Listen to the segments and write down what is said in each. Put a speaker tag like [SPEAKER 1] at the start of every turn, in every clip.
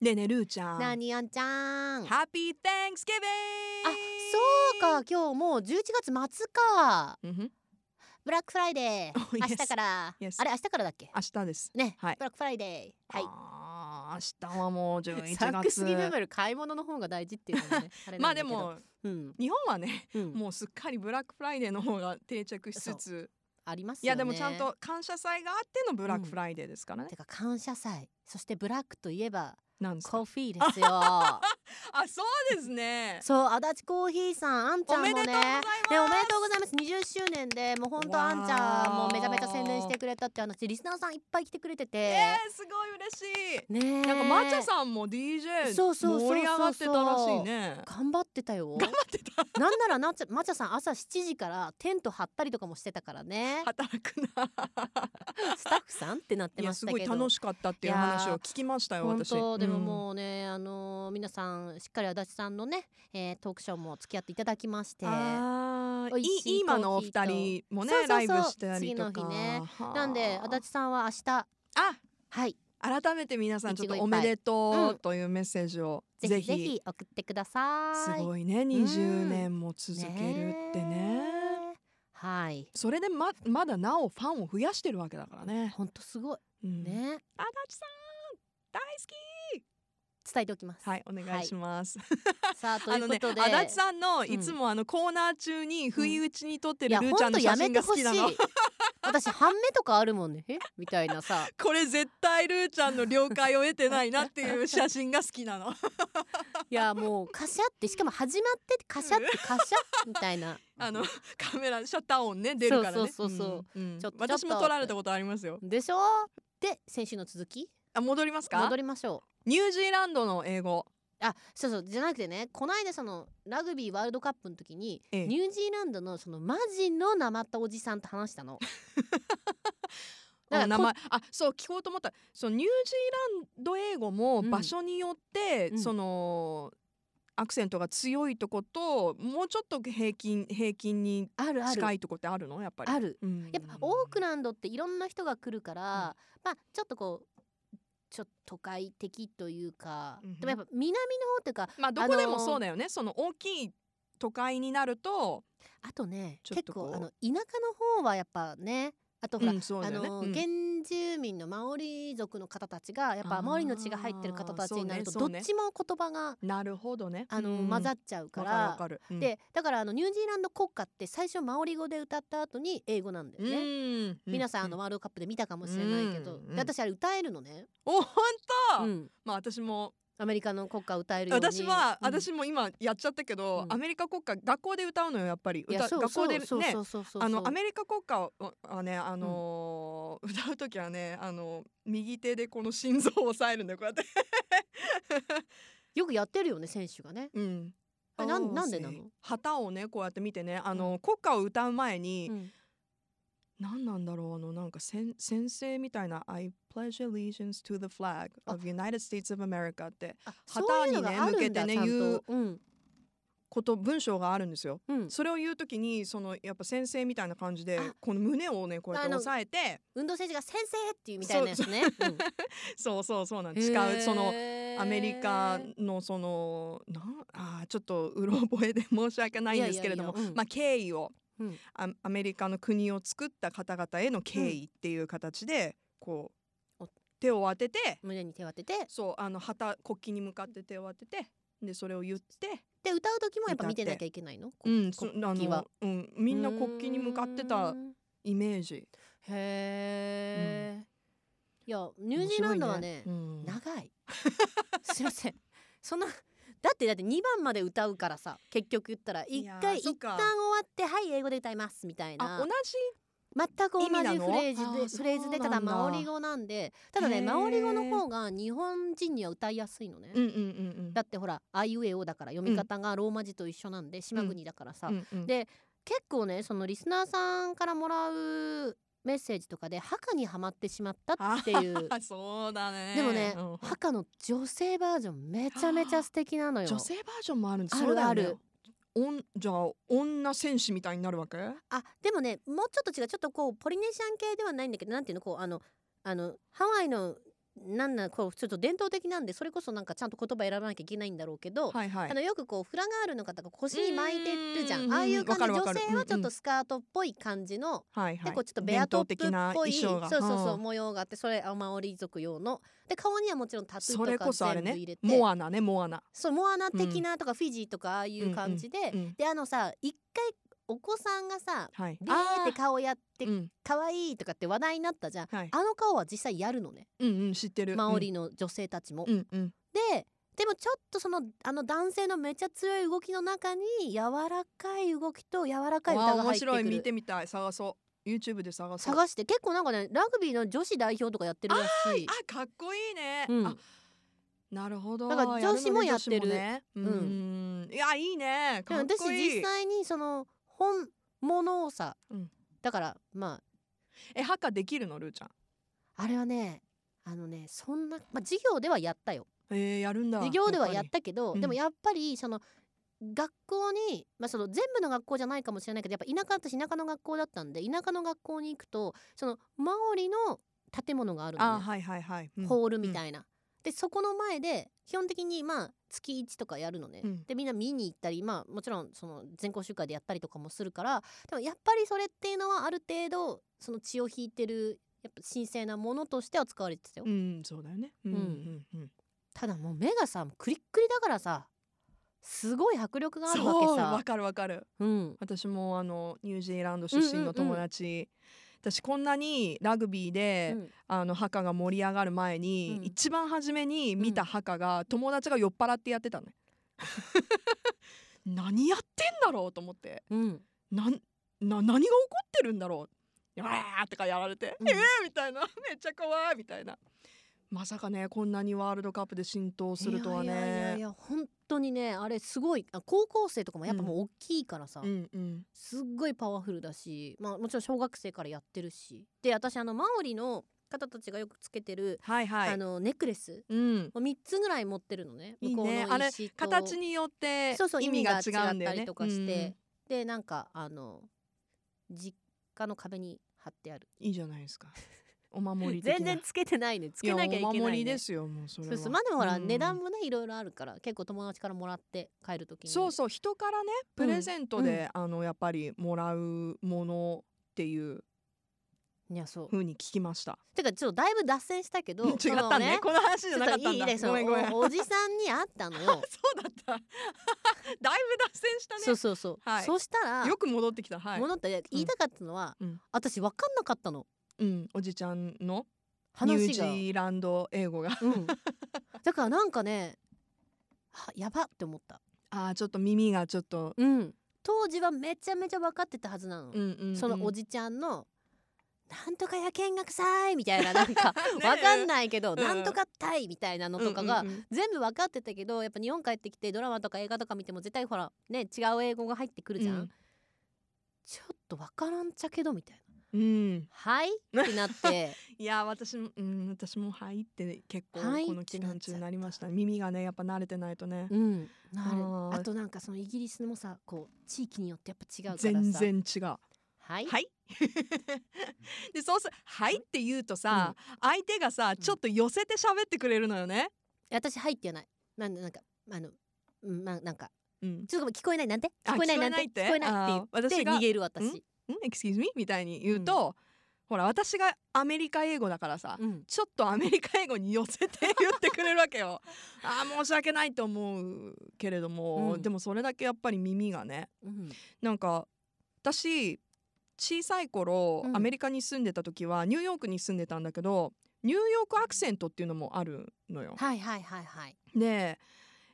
[SPEAKER 1] ねえねえルーちゃん
[SPEAKER 2] なにやんちゃん。あ、
[SPEAKER 1] ハッピー Thanksgiving
[SPEAKER 2] そうか、今日もう11月末か。
[SPEAKER 1] うんふん
[SPEAKER 2] ブラックフラ イデー。
[SPEAKER 1] Oh,
[SPEAKER 2] 明
[SPEAKER 1] yes.
[SPEAKER 2] 日から。
[SPEAKER 1] Yes.
[SPEAKER 2] あれ、明日からだっけ。
[SPEAKER 1] 明日です
[SPEAKER 2] ね、
[SPEAKER 1] はい
[SPEAKER 2] ブラックフライデー。はい。
[SPEAKER 1] あー明日はもう11
[SPEAKER 2] サックスギブ
[SPEAKER 1] 月
[SPEAKER 2] メル買い物の方が大事っていうのはね。
[SPEAKER 1] ま
[SPEAKER 2] れな
[SPEAKER 1] あ
[SPEAKER 2] ん
[SPEAKER 1] で
[SPEAKER 2] だけど、
[SPEAKER 1] も
[SPEAKER 2] うん、
[SPEAKER 1] 日本はね
[SPEAKER 2] うん、
[SPEAKER 1] もうすっかりブラックフライデーの方が定着しつつ
[SPEAKER 2] あります
[SPEAKER 1] い
[SPEAKER 2] よ
[SPEAKER 1] や
[SPEAKER 2] ね。
[SPEAKER 1] でもちゃんと感謝祭があってのブラックフライデーですからね
[SPEAKER 2] てか感謝祭、そしてブラックといえば
[SPEAKER 1] なんですか
[SPEAKER 2] コーヒーで すよ。
[SPEAKER 1] あそうですね
[SPEAKER 2] そう、足立コーヒーさん、あんちゃ
[SPEAKER 1] お
[SPEAKER 2] んもね。
[SPEAKER 1] めでとうござい
[SPEAKER 2] ね、お
[SPEAKER 1] ま
[SPEAKER 2] めでとうございます20周年でもうほんとあんちゃんもめちゃめちゃ宣伝してくれたって話リスナーさんいっぱい来てくれて
[SPEAKER 1] す
[SPEAKER 2] て、
[SPEAKER 1] えーすごい嬉しい
[SPEAKER 2] ねえ
[SPEAKER 1] なんかマチャ
[SPEAKER 2] ん
[SPEAKER 1] さんも DJ
[SPEAKER 2] そうそうそうそう
[SPEAKER 1] 盛り上がってたらしいね
[SPEAKER 2] 頑張ってたよ
[SPEAKER 1] 頑張ってた
[SPEAKER 2] なんならなっちゃマチャさん朝7時からテント張ったりとかもしてたからね
[SPEAKER 1] 働くな
[SPEAKER 2] スタッフさんってなって
[SPEAKER 1] い
[SPEAKER 2] ま
[SPEAKER 1] や
[SPEAKER 2] し
[SPEAKER 1] す
[SPEAKER 2] た
[SPEAKER 1] ご
[SPEAKER 2] け
[SPEAKER 1] い
[SPEAKER 2] ど
[SPEAKER 1] 楽しかったっていう話を聞きましたよ
[SPEAKER 2] 本
[SPEAKER 1] 私
[SPEAKER 2] 当でも
[SPEAKER 1] う
[SPEAKER 2] もうね、あのー皆さんしっかり足立さんのね、えートークショーも付き合っていただきまして
[SPEAKER 1] んあー
[SPEAKER 2] 美味しい
[SPEAKER 1] い今のお
[SPEAKER 2] コーヒーと
[SPEAKER 1] 二人もね
[SPEAKER 2] そうそうそう
[SPEAKER 1] ライブしたりとか
[SPEAKER 2] 次の日ね
[SPEAKER 1] はあ
[SPEAKER 2] なんで足立さんは明日はい
[SPEAKER 1] あ改めて皆さんちょっと
[SPEAKER 2] いちご
[SPEAKER 1] お
[SPEAKER 2] いっぱい
[SPEAKER 1] めでと
[SPEAKER 2] うん
[SPEAKER 1] うというメッセージを
[SPEAKER 2] ぜひぜひ送ってくださ
[SPEAKER 1] す
[SPEAKER 2] い
[SPEAKER 1] ごいね20年も続けるってね
[SPEAKER 2] えはい
[SPEAKER 1] それでままだなおファンを増やしてるわけだからね。
[SPEAKER 2] 本当すごい
[SPEAKER 1] うん
[SPEAKER 2] ね、
[SPEAKER 1] 足立さん大好
[SPEAKER 2] 伝えておきます
[SPEAKER 1] きはいお願いします。
[SPEAKER 2] さあと
[SPEAKER 1] あ
[SPEAKER 2] い
[SPEAKER 1] の
[SPEAKER 2] う
[SPEAKER 1] ね
[SPEAKER 2] ことで、
[SPEAKER 1] 足立さんの
[SPEAKER 2] ん
[SPEAKER 1] いつもあのコーナー中に不意打ちに撮って
[SPEAKER 2] い
[SPEAKER 1] る
[SPEAKER 2] や
[SPEAKER 1] ル
[SPEAKER 2] ほ
[SPEAKER 1] ーちゃ
[SPEAKER 2] ん
[SPEAKER 1] んの
[SPEAKER 2] と
[SPEAKER 1] 写
[SPEAKER 2] やめ
[SPEAKER 1] 真
[SPEAKER 2] て
[SPEAKER 1] が好
[SPEAKER 2] ほし
[SPEAKER 1] き
[SPEAKER 2] い
[SPEAKER 1] なの。
[SPEAKER 2] 私半目とかあるもんねえみたいなさ
[SPEAKER 1] これ絶対ルーちゃんの了解を得てないなっていう写真が好きなの。
[SPEAKER 2] いやもうカシャってしかも始まってカシャってカシャみたいな
[SPEAKER 1] あのカメラシャッター音ね出るからね。
[SPEAKER 2] そうそうそう
[SPEAKER 1] うん。うん
[SPEAKER 2] ちょっと
[SPEAKER 1] 私
[SPEAKER 2] ちょっ
[SPEAKER 1] も
[SPEAKER 2] と
[SPEAKER 1] 撮られたことありますよ。
[SPEAKER 2] でしょで先週の続き
[SPEAKER 1] あ戻りますか
[SPEAKER 2] 戻。りましょう
[SPEAKER 1] ニュージーランドの英語。
[SPEAKER 2] あそうそうじゃなくてねこないだそのラグビーワールドカップの時に、
[SPEAKER 1] ええ
[SPEAKER 2] ニュージーランドのそのマジのなまったおじさんと話したの。だ
[SPEAKER 1] あ
[SPEAKER 2] から
[SPEAKER 1] 名
[SPEAKER 2] こ
[SPEAKER 1] 前あそう聞こうと思ったそのニュージーランド英語も
[SPEAKER 2] うん
[SPEAKER 1] 場所によって、
[SPEAKER 2] うん
[SPEAKER 1] そのアクセントが強いとこともうちょっと平均平均に
[SPEAKER 2] あるある
[SPEAKER 1] 近いとこってあるのやっぱり
[SPEAKER 2] ある。
[SPEAKER 1] うん
[SPEAKER 2] やっぱオークランドっていろんな人が来るから、まあちょっとこうちょっと都会的というか、
[SPEAKER 1] うんうん
[SPEAKER 2] でもやっぱ南の方っていうか
[SPEAKER 1] まあどこで
[SPEAKER 2] あの
[SPEAKER 1] も
[SPEAKER 2] ー
[SPEAKER 1] そうだよね、その大きい都会になると、
[SPEAKER 2] あとね
[SPEAKER 1] ちょっ
[SPEAKER 2] 結
[SPEAKER 1] とこう
[SPEAKER 2] 構あの田舎の方はやっぱねあとほ
[SPEAKER 1] う
[SPEAKER 2] ら、
[SPEAKER 1] ん、そう
[SPEAKER 2] あ
[SPEAKER 1] だよね、
[SPEAKER 2] の
[SPEAKER 1] うん
[SPEAKER 2] 原住民のマオリ族の方たちがやっ
[SPEAKER 1] あ
[SPEAKER 2] ぱ
[SPEAKER 1] ー
[SPEAKER 2] マオリの血が入ってる方たちになると
[SPEAKER 1] そ
[SPEAKER 2] ど
[SPEAKER 1] う
[SPEAKER 2] っ
[SPEAKER 1] ね
[SPEAKER 2] ちも言葉が
[SPEAKER 1] なるほどね
[SPEAKER 2] あの、
[SPEAKER 1] うん
[SPEAKER 2] 混ざっちゃうから
[SPEAKER 1] わかるわかる、うん、
[SPEAKER 2] でだからあのニュージーランド国歌って最初マオリ語で歌った後に英語なんだよ
[SPEAKER 1] うん、
[SPEAKER 2] ね。
[SPEAKER 1] うん
[SPEAKER 2] 皆さんあの
[SPEAKER 1] う
[SPEAKER 2] ワールドカップで見たかもしれないけど、
[SPEAKER 1] うん
[SPEAKER 2] で私あれ歌えるのね、
[SPEAKER 1] お本当、
[SPEAKER 2] うん
[SPEAKER 1] まあ私も
[SPEAKER 2] アメリカの国歌歌えるように
[SPEAKER 1] 私は、
[SPEAKER 2] うん
[SPEAKER 1] 私も今やっちゃったけど、
[SPEAKER 2] うん
[SPEAKER 1] アメリカ国歌学校で歌うのよやっぱり
[SPEAKER 2] いや
[SPEAKER 1] 歌
[SPEAKER 2] そう
[SPEAKER 1] 学校で
[SPEAKER 2] そう
[SPEAKER 1] ね
[SPEAKER 2] そうそうそうそう
[SPEAKER 1] あのアメリカ国歌はねあのー歌う時はねあの右手でこの心臓を押さえるんだよこうやって、
[SPEAKER 2] よくやってるよね選手がね、
[SPEAKER 1] うん、
[SPEAKER 2] あれなんなんでなの
[SPEAKER 1] 旗をねこうやって見てねあの、
[SPEAKER 2] う
[SPEAKER 1] 国歌を歌う前に、
[SPEAKER 2] うん
[SPEAKER 1] 何なんだろうあのなんか先先生みたいな「I pledge allegiance to the flag of United States of America」って
[SPEAKER 2] あ
[SPEAKER 1] 旗にね
[SPEAKER 2] そういうのがあるん
[SPEAKER 1] 向
[SPEAKER 2] だ
[SPEAKER 1] けてね
[SPEAKER 2] ちゃんと
[SPEAKER 1] 言う
[SPEAKER 2] うん
[SPEAKER 1] こと文章があるんですよ。
[SPEAKER 2] うん、
[SPEAKER 1] それを言うときにそのやっぱ先生みたいな感じで
[SPEAKER 2] あ
[SPEAKER 1] この胸をねこうやって押さえて
[SPEAKER 2] 運動選手が先生っていうみたいなやつねうん
[SPEAKER 1] そうそうそうなんです違うその
[SPEAKER 2] へー
[SPEAKER 1] アメリカのそのなんあーちょっとうろ覚えで申し訳ないんですけれども
[SPEAKER 2] いやいやいやうん
[SPEAKER 1] まあ敬意を、
[SPEAKER 2] うん
[SPEAKER 1] あアメリカの国を作った方々への敬意っていう形でこう
[SPEAKER 2] お
[SPEAKER 1] 手を当てて
[SPEAKER 2] 胸に手を当てて
[SPEAKER 1] そうあの旗国旗に向かって手を当ててでそれを言って、
[SPEAKER 2] で歌う時もやっぱ見てなきゃいけないの
[SPEAKER 1] うん、そ
[SPEAKER 2] 国
[SPEAKER 1] あ
[SPEAKER 2] 旗は
[SPEAKER 1] の、うん、みんな国旗に向かって
[SPEAKER 2] う
[SPEAKER 1] た
[SPEAKER 2] ーん
[SPEAKER 1] イメージ。
[SPEAKER 2] へえ、いやニュージーランドはね
[SPEAKER 1] 面白いうん
[SPEAKER 2] 長い すいませんそんなだってだって2番まで歌うからさ結局言ったら
[SPEAKER 1] い
[SPEAKER 2] 一
[SPEAKER 1] やー
[SPEAKER 2] 回
[SPEAKER 1] そ
[SPEAKER 2] 一
[SPEAKER 1] っか
[SPEAKER 2] 旦終わってはい英語で歌いますみたい
[SPEAKER 1] あ
[SPEAKER 2] な
[SPEAKER 1] 同じ
[SPEAKER 2] 全く同じ
[SPEAKER 1] 意味なの
[SPEAKER 2] フレー
[SPEAKER 1] あ
[SPEAKER 2] ズ
[SPEAKER 1] ー
[SPEAKER 2] でフレーズで
[SPEAKER 1] そ
[SPEAKER 2] た
[SPEAKER 1] うな
[SPEAKER 2] だ
[SPEAKER 1] んだ
[SPEAKER 2] マオリ語なんでただ
[SPEAKER 1] へ
[SPEAKER 2] ね
[SPEAKER 1] ー
[SPEAKER 2] マオリ語の方が日本人には歌いやすいのね、
[SPEAKER 1] うんうんうんうん
[SPEAKER 2] だってほら「あいうえお」だから読み方がローマ字と一緒なんで、島国だからさ、
[SPEAKER 1] うんうん
[SPEAKER 2] で結構ねそのリスナーさんからもらうメッセージとかで墓にはまってしまったっていう
[SPEAKER 1] あ そうだね
[SPEAKER 2] でもね
[SPEAKER 1] うん
[SPEAKER 2] 墓の女性バージョンめちゃめちゃ素敵なのよ
[SPEAKER 1] 女性バージョンもあるんです
[SPEAKER 2] ある
[SPEAKER 1] そうだよね
[SPEAKER 2] ある
[SPEAKER 1] おんじゃあ女戦士みたいになるわけ
[SPEAKER 2] あでもねもうちょっと違うちょっとこうポリネシアン系ではないんだけどなんていうのこうあのあのハワイのなんなんこうちょっと伝統的なんでそれこそなんかちゃんと言葉選ばなきゃいけないんだろうけど、
[SPEAKER 1] はいはい
[SPEAKER 2] あのよくこうフラガールの方が腰に巻いてるじゃ
[SPEAKER 1] うんうんうんん
[SPEAKER 2] ああいう感じ
[SPEAKER 1] わ
[SPEAKER 2] 女
[SPEAKER 1] かるわかる
[SPEAKER 2] 性はちょっ
[SPEAKER 1] うんう
[SPEAKER 2] と
[SPEAKER 1] ん
[SPEAKER 2] スカートっぽい感じの、
[SPEAKER 1] はいはい
[SPEAKER 2] でこうちょっとベアトップ
[SPEAKER 1] 伝
[SPEAKER 2] っぽ
[SPEAKER 1] 統
[SPEAKER 2] い
[SPEAKER 1] 的な衣装が
[SPEAKER 2] そうそうそううん模様があってそれ青マオリ族用ので顔にはもちろんタトゥ
[SPEAKER 1] そ
[SPEAKER 2] ー
[SPEAKER 1] れ
[SPEAKER 2] とか
[SPEAKER 1] こそあれ
[SPEAKER 2] 全部入れ
[SPEAKER 1] ね
[SPEAKER 2] て
[SPEAKER 1] モアナねモアナ
[SPEAKER 2] そうモアナ的なとかフィジーとかああいう感じで、
[SPEAKER 1] うん
[SPEAKER 2] であのさ一回お子さんがさ
[SPEAKER 1] はい
[SPEAKER 2] ビー
[SPEAKER 1] あ
[SPEAKER 2] って顔やって
[SPEAKER 1] ーうん
[SPEAKER 2] 可愛いとかって話題になったじゃん、
[SPEAKER 1] はい
[SPEAKER 2] あの顔は実際やるのね
[SPEAKER 1] うんうん知ってる
[SPEAKER 2] マオリの女性たちも。
[SPEAKER 1] うんうん
[SPEAKER 2] ででもちょっとそのあの男性のめっちゃ強い動きの中に柔らかい動きと柔らかい
[SPEAKER 1] わあ面
[SPEAKER 2] 歌が入って
[SPEAKER 1] 白い見
[SPEAKER 2] く
[SPEAKER 1] て
[SPEAKER 2] る
[SPEAKER 1] みたい探そう YouTube で探そう
[SPEAKER 2] 探して結構なんかねラグビーの女子代表とかやってるらしい。
[SPEAKER 1] あかっこいいね、
[SPEAKER 2] うん
[SPEAKER 1] あなるほど
[SPEAKER 2] だから
[SPEAKER 1] やるのね
[SPEAKER 2] 女子もやって
[SPEAKER 1] 女
[SPEAKER 2] る
[SPEAKER 1] 子もねう
[SPEAKER 2] うん
[SPEAKER 1] んいやいいね
[SPEAKER 2] で
[SPEAKER 1] か
[SPEAKER 2] も
[SPEAKER 1] っ
[SPEAKER 2] 私
[SPEAKER 1] こいい
[SPEAKER 2] 実際にその本物をさ、
[SPEAKER 1] うん
[SPEAKER 2] だからま
[SPEAKER 1] えハカできるのルーちゃん
[SPEAKER 2] ああれはねあのねそんな、まあ、授業ではやったよ
[SPEAKER 1] えー、やるんだ
[SPEAKER 2] 授業ではやっ
[SPEAKER 1] ぱ
[SPEAKER 2] たけど
[SPEAKER 1] うん
[SPEAKER 2] でもやっぱりその学校に、まあ、その全部の学校じゃないかもしれないけどやっぱ田舎私田舎の学校だったんで田舎の学校に行くとそのマオリの建物がある
[SPEAKER 1] り
[SPEAKER 2] の
[SPEAKER 1] あ
[SPEAKER 2] ね、
[SPEAKER 1] はいはいはい、うん
[SPEAKER 2] ホールみたいな。でそこの前で基本的にまあ月1とかやるのね、
[SPEAKER 1] うん
[SPEAKER 2] でみんな見に行ったりまあもちろんその全校集会でやったりとかもするからでもやっぱりそれっていうのはある程度その血を引いてるやっぱ神聖なものとしては使われてたよ、
[SPEAKER 1] うん、うんそうだよねうんうんうん、
[SPEAKER 2] ただもう目がさクリックリだからさすごい迫力があるわけ
[SPEAKER 1] そう
[SPEAKER 2] さ
[SPEAKER 1] わかるわかる
[SPEAKER 2] うん
[SPEAKER 1] 私もあのニュージーランド出身の友達、私こんなにラグビーで、
[SPEAKER 2] うん
[SPEAKER 1] あの墓が盛り上がる前に、
[SPEAKER 2] うん
[SPEAKER 1] 一番初めに見た墓が友達が酔っ払ってやってた のね、何やってんだろうと思って
[SPEAKER 2] うん
[SPEAKER 1] なんな何が起こってるんだろうわーとかやられて、
[SPEAKER 2] うん
[SPEAKER 1] えーみたいな めっちゃ怖いみたいなまさかねこんなにワールドカップで浸透するとはいね
[SPEAKER 2] やいやいや本当にねあれすごいあ高校生とかもやっぱもう大きいからさ、
[SPEAKER 1] うんうん
[SPEAKER 2] すっごいパワフルだし、まあ、もちろん小学生からやってるしで私あのマオリの方たちがよくつけてる、
[SPEAKER 1] はいはい
[SPEAKER 2] あのネックレス
[SPEAKER 1] うん
[SPEAKER 2] もう3つぐらい持ってるのね
[SPEAKER 1] い
[SPEAKER 2] 向
[SPEAKER 1] い
[SPEAKER 2] こうの
[SPEAKER 1] ねあれ
[SPEAKER 2] 石と
[SPEAKER 1] 形によって
[SPEAKER 2] そうそう
[SPEAKER 1] 意味が違うんだよ
[SPEAKER 2] 意味が違った
[SPEAKER 1] ね
[SPEAKER 2] りとかしてでなんかあの実家の壁に貼ってある
[SPEAKER 1] うんいいじゃないですかお守り的な
[SPEAKER 2] 全然つけてないねつけなきゃいけない,、
[SPEAKER 1] や
[SPEAKER 2] ね、
[SPEAKER 1] お守りですよもうそれ
[SPEAKER 2] そう
[SPEAKER 1] は
[SPEAKER 2] そうまあでもほら、
[SPEAKER 1] うん
[SPEAKER 2] 値段もねいろいろあるから結構友達からもらって帰るときに
[SPEAKER 1] そうそう人からねプレゼントで、あのやっぱりもらうものっていう
[SPEAKER 2] いやそう
[SPEAKER 1] 風に聞きました
[SPEAKER 2] てかちょっとだいぶ脱線したけど
[SPEAKER 1] 違った
[SPEAKER 2] その
[SPEAKER 1] ねこの話じゃなかったんだ
[SPEAKER 2] ちょっといいねそ
[SPEAKER 1] ご
[SPEAKER 2] の
[SPEAKER 1] めんごめんそう
[SPEAKER 2] おおじさんに会ったの よ
[SPEAKER 1] だっただいぶ脱線したね
[SPEAKER 2] そうそうそう、
[SPEAKER 1] はい
[SPEAKER 2] そしたら
[SPEAKER 1] よく戻ってきたはい、
[SPEAKER 2] 戻ったら言いたかったのは、
[SPEAKER 1] うん
[SPEAKER 2] 私分かんなかったの
[SPEAKER 1] うん、おじちゃんのニュー
[SPEAKER 2] 話
[SPEAKER 1] ジ
[SPEAKER 2] が、
[SPEAKER 1] ーランド英語が
[SPEAKER 2] うん、だからなんかねはやばって思った、
[SPEAKER 1] あーちょっと耳がちょっと、
[SPEAKER 2] うん、当時はめちゃめちゃ分かってたはずな
[SPEAKER 1] う
[SPEAKER 2] の、
[SPEAKER 1] んうんうん
[SPEAKER 2] そのおじちゃんの「なんとかやけんがくさい」みたいななん か
[SPEAKER 1] ねえ
[SPEAKER 2] 分かんないけど「
[SPEAKER 1] ん
[SPEAKER 2] なんとかたい」みたいなのとかが
[SPEAKER 1] うんうんうん
[SPEAKER 2] 全部分かってたけどやっぱ日本帰ってきてドラマとか映画とか見ても絶対ほらね違う英語が入ってくるじゃん、
[SPEAKER 1] うん
[SPEAKER 2] ちょっと分からんちゃけどみたいな
[SPEAKER 1] うん
[SPEAKER 2] 「はい?」ってなって
[SPEAKER 1] いや私も、うん、私も「はい」って結構
[SPEAKER 2] はい
[SPEAKER 1] この期間中になりました耳がねやっぱ慣れてないとね、
[SPEAKER 2] うんな
[SPEAKER 1] あー
[SPEAKER 2] るあとなんかそのイギリスもさこう地域によってやっぱ違うからさ
[SPEAKER 1] 全然違う
[SPEAKER 2] はい、
[SPEAKER 1] はいでそうする「はい」って言うとさ、相手がさちょっと寄せて喋ってくれるのよね。
[SPEAKER 2] 私「はい」って言わないなんでなんかあのうんまあなんか
[SPEAKER 1] うん
[SPEAKER 2] ちょっとごめん聞こえないなんて
[SPEAKER 1] あ
[SPEAKER 2] 聞こえないなんて
[SPEAKER 1] 聞こえないって
[SPEAKER 2] 聞こえないって言って
[SPEAKER 1] あー私が
[SPEAKER 2] 逃げる私
[SPEAKER 1] んん excuse me みたいに言うと、ほら私がアメリカ英語だからさ、
[SPEAKER 2] うん
[SPEAKER 1] ちょっとアメリカ英語に寄せて言ってくれるわけよ。 あー申し訳ないと思うけれども、
[SPEAKER 2] うん
[SPEAKER 1] でもそれだけやっぱり耳がね
[SPEAKER 2] うん
[SPEAKER 1] なんか私小さい頃、
[SPEAKER 2] うん
[SPEAKER 1] アメリカに住んでた時はニューヨークに住んでたんだけどニューヨークアクセントっていうのもあるのよ。
[SPEAKER 2] はいはいはいはい
[SPEAKER 1] で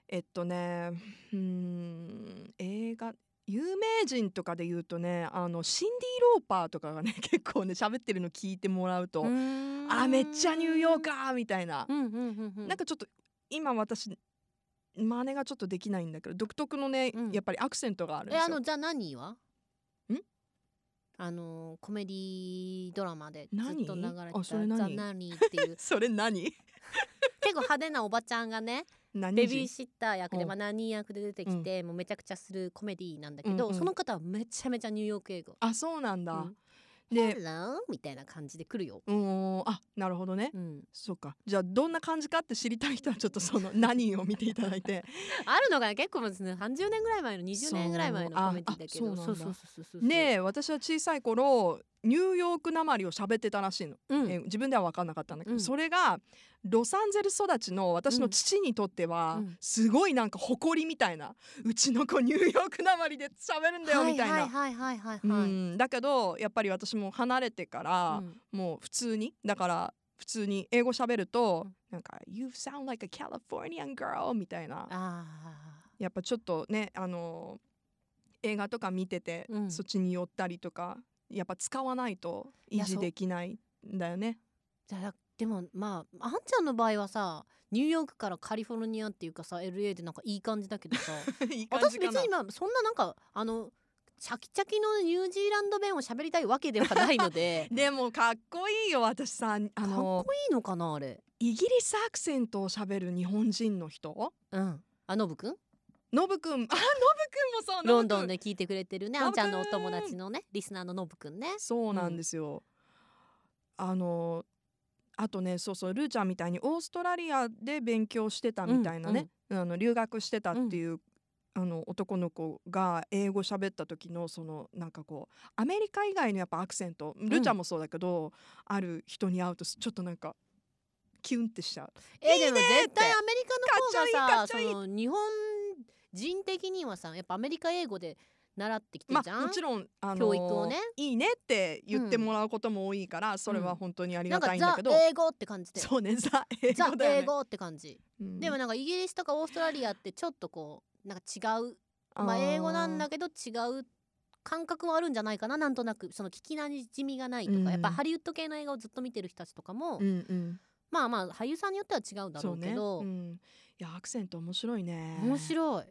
[SPEAKER 1] えっとねうーん映画有名人とかで言うとねあのシンディ・ローパーとかがね 結構ね喋ってるの聞いてもらうと「あめっちゃニューヨーカー」みたいな、
[SPEAKER 2] うんうんうんうん
[SPEAKER 1] なんかちょっと今私真似がちょっとできないんだけど独特のね、
[SPEAKER 2] うん
[SPEAKER 1] やっぱりアクセントがあるんで
[SPEAKER 2] えあ
[SPEAKER 1] すよ
[SPEAKER 2] の。じゃあ何はん
[SPEAKER 1] ん
[SPEAKER 2] あのコメディドラマでず
[SPEAKER 1] 何
[SPEAKER 2] っと流れてた
[SPEAKER 1] あ
[SPEAKER 2] 「
[SPEAKER 1] それ何
[SPEAKER 2] ザ・ナニー」って いう
[SPEAKER 1] それ何
[SPEAKER 2] 結構派手なおばちゃんがね
[SPEAKER 1] 何
[SPEAKER 2] ベビー
[SPEAKER 1] 人
[SPEAKER 2] シッター役で、
[SPEAKER 1] うん
[SPEAKER 2] まあ、ナニー役で出てきて、もうめちゃくちゃするコメディなんだけど、
[SPEAKER 1] うんうん
[SPEAKER 2] その方はめちゃめちゃニューヨーク英語。
[SPEAKER 1] あそうなんだ、
[SPEAKER 2] うん「
[SPEAKER 1] で
[SPEAKER 2] Hello」みたいな感じで来るよ。
[SPEAKER 1] うーんあなるほどね
[SPEAKER 2] うん、
[SPEAKER 1] そうかじゃあどんな感じかって知りたい人はちょっとその何を見ていただ いて
[SPEAKER 2] あるのが結構ですね30年ぐらい前の20年ぐらい前の
[SPEAKER 1] そう
[SPEAKER 2] コメディだけど
[SPEAKER 1] ああそうなんだ
[SPEAKER 2] そうそう
[SPEAKER 1] ねえ私は小さい頃ニューヨークなまりを喋ってたらしいの、
[SPEAKER 2] うん
[SPEAKER 1] えー自分では分かんなかったんだけど、
[SPEAKER 2] うん
[SPEAKER 1] それがロサンゼルス育ちの私の父にとっては
[SPEAKER 2] うん
[SPEAKER 1] すごいなんか誇りみたいな、うちの子ニューヨークなまりで喋るんだよみたいな。
[SPEAKER 2] はいはいはいはいは
[SPEAKER 1] う
[SPEAKER 2] いはい、
[SPEAKER 1] ん、だけどやっぱり私も離れてから、
[SPEAKER 2] うん
[SPEAKER 1] もう普通にだから普通に英語喋ると、
[SPEAKER 2] うん
[SPEAKER 1] なんか「You sound like a Californian girl」みたいな
[SPEAKER 2] あ
[SPEAKER 1] やっぱちょっとねあの映画とか見てて、
[SPEAKER 2] うん
[SPEAKER 1] そっちに寄ったりとかやっぱ使わないと維持できないんだよね。
[SPEAKER 2] ーじゃあでもまああんちゃんの場合はさニューヨークからカリフォルニアっていうかさ LA でなんかいい感じだけ どさ
[SPEAKER 1] いい感
[SPEAKER 2] 私
[SPEAKER 1] じ
[SPEAKER 2] 別
[SPEAKER 1] かな
[SPEAKER 2] に今そんななんかあのチャキチャキのニュージーランド弁を喋りたいわけではないので
[SPEAKER 1] でもかっこいいよ私さ あ
[SPEAKER 2] かっこ
[SPEAKER 1] の
[SPEAKER 2] いいのかなあれ
[SPEAKER 1] イギリスアクセントを喋る日本人の人
[SPEAKER 2] うんあのぶくん
[SPEAKER 1] ノブくんあノブ くんもそう
[SPEAKER 2] ロンド
[SPEAKER 1] ノブくん
[SPEAKER 2] ンで聞いてくれてるね
[SPEAKER 1] ノブ
[SPEAKER 2] あん
[SPEAKER 1] く
[SPEAKER 2] ち
[SPEAKER 1] ん
[SPEAKER 2] ゃんのお友達のねリスナーののぶくんね
[SPEAKER 1] そうなんですよ。あのあとねそうそうルーちゃんみたいにオーストラリアで勉強してたみたいなね、あの留学してたっていう、あの男の子が英語喋った時のそのなんかこうアメリカ以外のやっぱアクセントルーちゃんもそうだけど、ある人に会うとちょっとなんかキュンってしちゃう。い
[SPEAKER 2] え
[SPEAKER 1] いね
[SPEAKER 2] でも絶対アメリカの方
[SPEAKER 1] かっ
[SPEAKER 2] が
[SPEAKER 1] ち
[SPEAKER 2] さ
[SPEAKER 1] ょいいかっちょいい
[SPEAKER 2] その日本人的にはさやっぱアメリカ英語で習ってきてる
[SPEAKER 1] ま
[SPEAKER 2] じゃん、
[SPEAKER 1] あ、もちろんあの
[SPEAKER 2] 教育をね
[SPEAKER 1] いいねって言ってもらうことも多いから、それは本当にあり
[SPEAKER 2] な
[SPEAKER 1] が
[SPEAKER 2] んか
[SPEAKER 1] たいんだ
[SPEAKER 2] ザ
[SPEAKER 1] けど、
[SPEAKER 2] 英語って感じで
[SPEAKER 1] そうねザ英
[SPEAKER 2] ザ
[SPEAKER 1] 語だよ
[SPEAKER 2] 英
[SPEAKER 1] ね。
[SPEAKER 2] 語って感じ、
[SPEAKER 1] うん
[SPEAKER 2] でもなんかイギリスとかオーストラリアってちょっとこうなんか違うまあ英語なんだけど違う感覚はあるんじゃないかななんとなくその聞きなじみがないとか、
[SPEAKER 1] うん
[SPEAKER 2] やっぱハリウッド系の映画をずっと見てる人たちとかも、
[SPEAKER 1] うんうん、
[SPEAKER 2] まあまあ俳優さんによっては違うだろ
[SPEAKER 1] そうう
[SPEAKER 2] け
[SPEAKER 1] ね、
[SPEAKER 2] ど、
[SPEAKER 1] うん、いやアクセント面白いね
[SPEAKER 2] 面白い。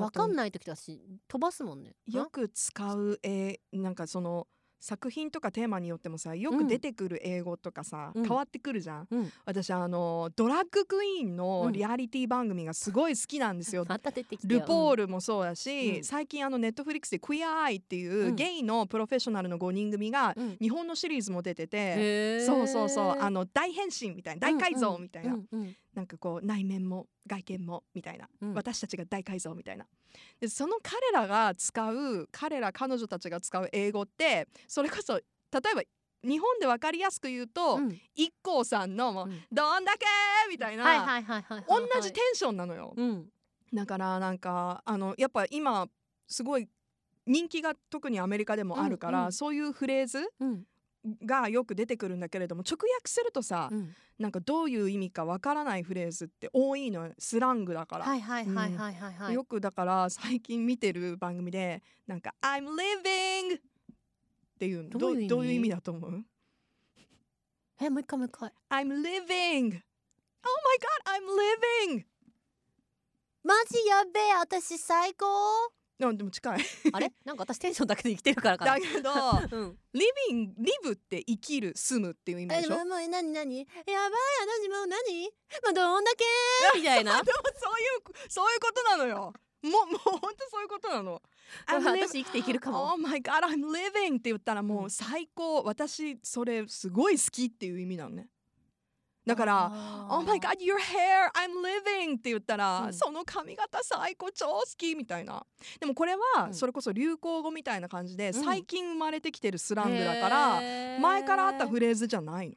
[SPEAKER 1] あ
[SPEAKER 2] う分
[SPEAKER 1] と
[SPEAKER 2] かんない時だし飛ばすもんね。
[SPEAKER 1] よく使うえーなんかその作品とかテーマによってもさよく出てくる英語とかさ、
[SPEAKER 2] うん
[SPEAKER 1] 変わってくるじゃん、
[SPEAKER 2] うん
[SPEAKER 1] 私あのドラッグクイーン
[SPEAKER 2] う
[SPEAKER 1] の
[SPEAKER 2] ん
[SPEAKER 1] リアリティ番組がすごい好きなんですよ、
[SPEAKER 2] また出てきたよ
[SPEAKER 1] ルポー
[SPEAKER 2] ル、
[SPEAKER 1] ルもそうだし、
[SPEAKER 2] うん
[SPEAKER 1] 最近あのネットフリックスで「クイアアイ」っていう、
[SPEAKER 2] うん
[SPEAKER 1] ゲイのプロフェッショナルの5人組が
[SPEAKER 2] うんうん
[SPEAKER 1] 日本のシリーズも出てて、
[SPEAKER 2] へー
[SPEAKER 1] そうそうそうあの大変身みたいな大改造みたいな、
[SPEAKER 2] うんうん
[SPEAKER 1] なんかこう内面も外見もみたいな、
[SPEAKER 2] うん
[SPEAKER 1] 私たちが大改造みたいなでその彼らが使う彼ら彼女たちが使う英語ってそれこそ例えば日本で分かりやすく言うと、
[SPEAKER 2] うん
[SPEAKER 1] 一 k さんのもう、
[SPEAKER 2] うん
[SPEAKER 1] どんだけーみたいな、
[SPEAKER 2] はいはいはいはいはいはい
[SPEAKER 1] 同じテンションなのよ、
[SPEAKER 2] うん
[SPEAKER 1] だからなんかあのやっぱ今すごい人気が特にアメリカでもあるから、
[SPEAKER 2] うんうん
[SPEAKER 1] そういうフレーズ
[SPEAKER 2] うん
[SPEAKER 1] がよく出てくるんだけれども直訳するとさ、
[SPEAKER 2] うん
[SPEAKER 1] なんかどういう意味かわからないフレーズって多いのよスラングだから、
[SPEAKER 2] はいはいはいはいはいはい
[SPEAKER 1] よくだから最近見てる番組でなんか「I'm living」っていうの
[SPEAKER 2] どういう意味
[SPEAKER 1] どういう意味だと思う
[SPEAKER 2] えもう一回もう一回
[SPEAKER 1] ?I'm living Oh my god I'm living
[SPEAKER 2] マジやべえ私最高
[SPEAKER 1] あでも近い
[SPEAKER 2] あれなんか私テンションだけで生きてるからかな
[SPEAKER 1] だけど
[SPEAKER 2] うん、
[SPEAKER 1] living live って生きる住むっていう意味
[SPEAKER 2] え
[SPEAKER 1] で
[SPEAKER 2] で
[SPEAKER 1] しょ
[SPEAKER 2] ももう何何やばい私もう何もうど んだけみたいな
[SPEAKER 1] でも そういうそういうことなのよもうもう本当そういうことなの I'm
[SPEAKER 2] 私生きていけるかも
[SPEAKER 1] Oh my god, I'm living って言ったらも
[SPEAKER 2] うん
[SPEAKER 1] う最高、私それすごい好きっていう意味なのねだから
[SPEAKER 2] あー
[SPEAKER 1] Oh my god, your hair, I'm living って言ったら、
[SPEAKER 2] うん
[SPEAKER 1] その髪型最高超好きみたいなでもこれ
[SPEAKER 2] う
[SPEAKER 1] は
[SPEAKER 2] ん
[SPEAKER 1] それこそ流行語みたいな感じで、
[SPEAKER 2] ん
[SPEAKER 1] 最近生まれてきてるスラングだから前からあったフレーズじゃないの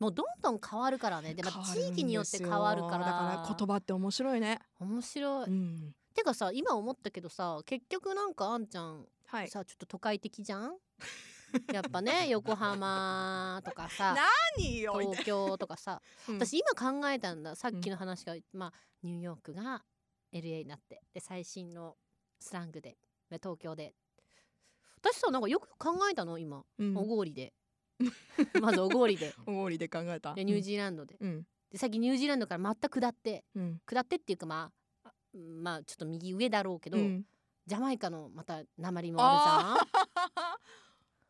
[SPEAKER 2] もうどんどん変わるからねでも
[SPEAKER 1] 変わるんです
[SPEAKER 2] 地
[SPEAKER 1] よ
[SPEAKER 2] 域によって変わるから
[SPEAKER 1] だから言葉って面白いね、
[SPEAKER 2] 面白い、
[SPEAKER 1] うん
[SPEAKER 2] てかさ今思ったけどさ結局なんかあんちゃん
[SPEAKER 1] はい、
[SPEAKER 2] さちょっと都会的じゃん やっぱね横浜とかさ
[SPEAKER 1] な何よみたい
[SPEAKER 2] 東京とかさ
[SPEAKER 1] な、
[SPEAKER 2] 私今考えたんださっきの話が、まあニューヨークが LA になってで最新のスラングでで東京で私さなんかよく考えたの今、
[SPEAKER 1] うん、
[SPEAKER 2] おご りでまずおごりで
[SPEAKER 1] おごりで考えた
[SPEAKER 2] でニュージーランドで
[SPEAKER 1] うん
[SPEAKER 2] でさっきニュージーランドからまた下って
[SPEAKER 1] うん
[SPEAKER 2] 下ってっていうかまああまあちょっと右上だろうけど、
[SPEAKER 1] うん
[SPEAKER 2] ジャマイカのまた鉛もあるじ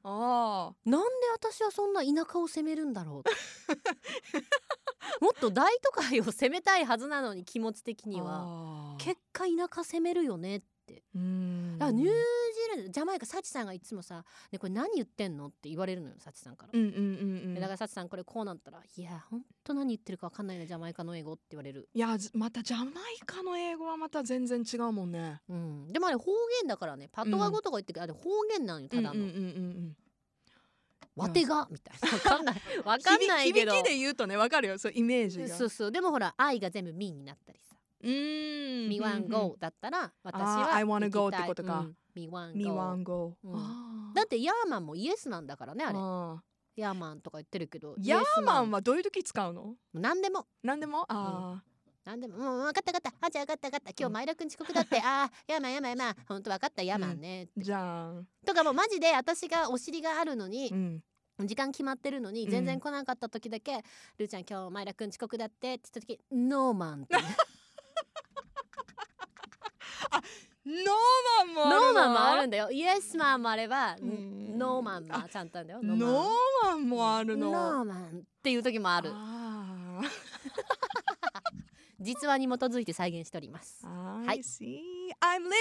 [SPEAKER 1] ああ
[SPEAKER 2] ゃんなんで私はそんな田舎を攻めるんだろう もっと大都会を攻めたいはずなのに気持ち的には
[SPEAKER 1] あー
[SPEAKER 2] 結果田舎攻めるよねって
[SPEAKER 1] うーん
[SPEAKER 2] だからニュージーれジャマイカサチさんがいつもさ「ねこれ何言ってんの?」って言われるのよサチさんから。
[SPEAKER 1] うんうんうんうん
[SPEAKER 2] でだからサチさんこれこうなったら「いやほんと何言ってるか分かんないねジャマイカの英語」って言われる、
[SPEAKER 1] いやずまたジャマイカの英語はまた全然違うもんね。
[SPEAKER 2] うん、でもあれ方言だからねパトワ語とか言ってくる、あれ方言なんよただの、
[SPEAKER 1] うんうんうんうん
[SPEAKER 2] わてがみたいな 分かんない分かんないけど
[SPEAKER 1] 響きで言うとねわかるよそうイメージが。
[SPEAKER 2] そうそうでもほら「愛」が全部「み」になったりさ
[SPEAKER 1] う
[SPEAKER 2] 「
[SPEAKER 1] ーん。
[SPEAKER 2] みワンゴー」だったら私は
[SPEAKER 1] あー I wanna
[SPEAKER 2] 行きた
[SPEAKER 1] go って
[SPEAKER 2] い
[SPEAKER 1] ことか
[SPEAKER 2] うん「みワン
[SPEAKER 1] み
[SPEAKER 2] ゴ
[SPEAKER 1] わ
[SPEAKER 2] ー
[SPEAKER 1] んご。
[SPEAKER 2] うん
[SPEAKER 1] あ」ー
[SPEAKER 2] だってヤーマンもイエスなんだからねあれ
[SPEAKER 1] あ
[SPEAKER 2] ヤーマンとか言ってるけど
[SPEAKER 1] ーヤーマン
[SPEAKER 2] は
[SPEAKER 1] はどういう時使うの？
[SPEAKER 2] 何でも
[SPEAKER 1] なんでも。あ
[SPEAKER 2] なんでも、うん、分かった分かった、あ、じゃあ分かった分かった、今日前田君遅刻だって、あー、やまやまやま、本当分かった、やまね、
[SPEAKER 1] あ。じゃん。
[SPEAKER 2] とかもうマジで私がお尻があるのに
[SPEAKER 1] う、ん。
[SPEAKER 2] 時間決まってるのに、
[SPEAKER 1] うん
[SPEAKER 2] 全然来なかった時だけ、るーちゃん今日前田君遅刻だってって言った時、ノーマンって。
[SPEAKER 1] ノーマンも
[SPEAKER 2] ノ
[SPEAKER 1] あるの。
[SPEAKER 2] ーマンもあるんだよ。イエスマンもあれば、
[SPEAKER 1] うん
[SPEAKER 2] ノーマンもちゃんとあるんだよ。
[SPEAKER 1] ノーマンもあるの。
[SPEAKER 2] ノーマンっていう時もある。
[SPEAKER 1] あ
[SPEAKER 2] 実話に基づいて再現しております
[SPEAKER 1] ー。あー。
[SPEAKER 2] は
[SPEAKER 1] Ah,
[SPEAKER 2] い
[SPEAKER 1] I see. I'm living.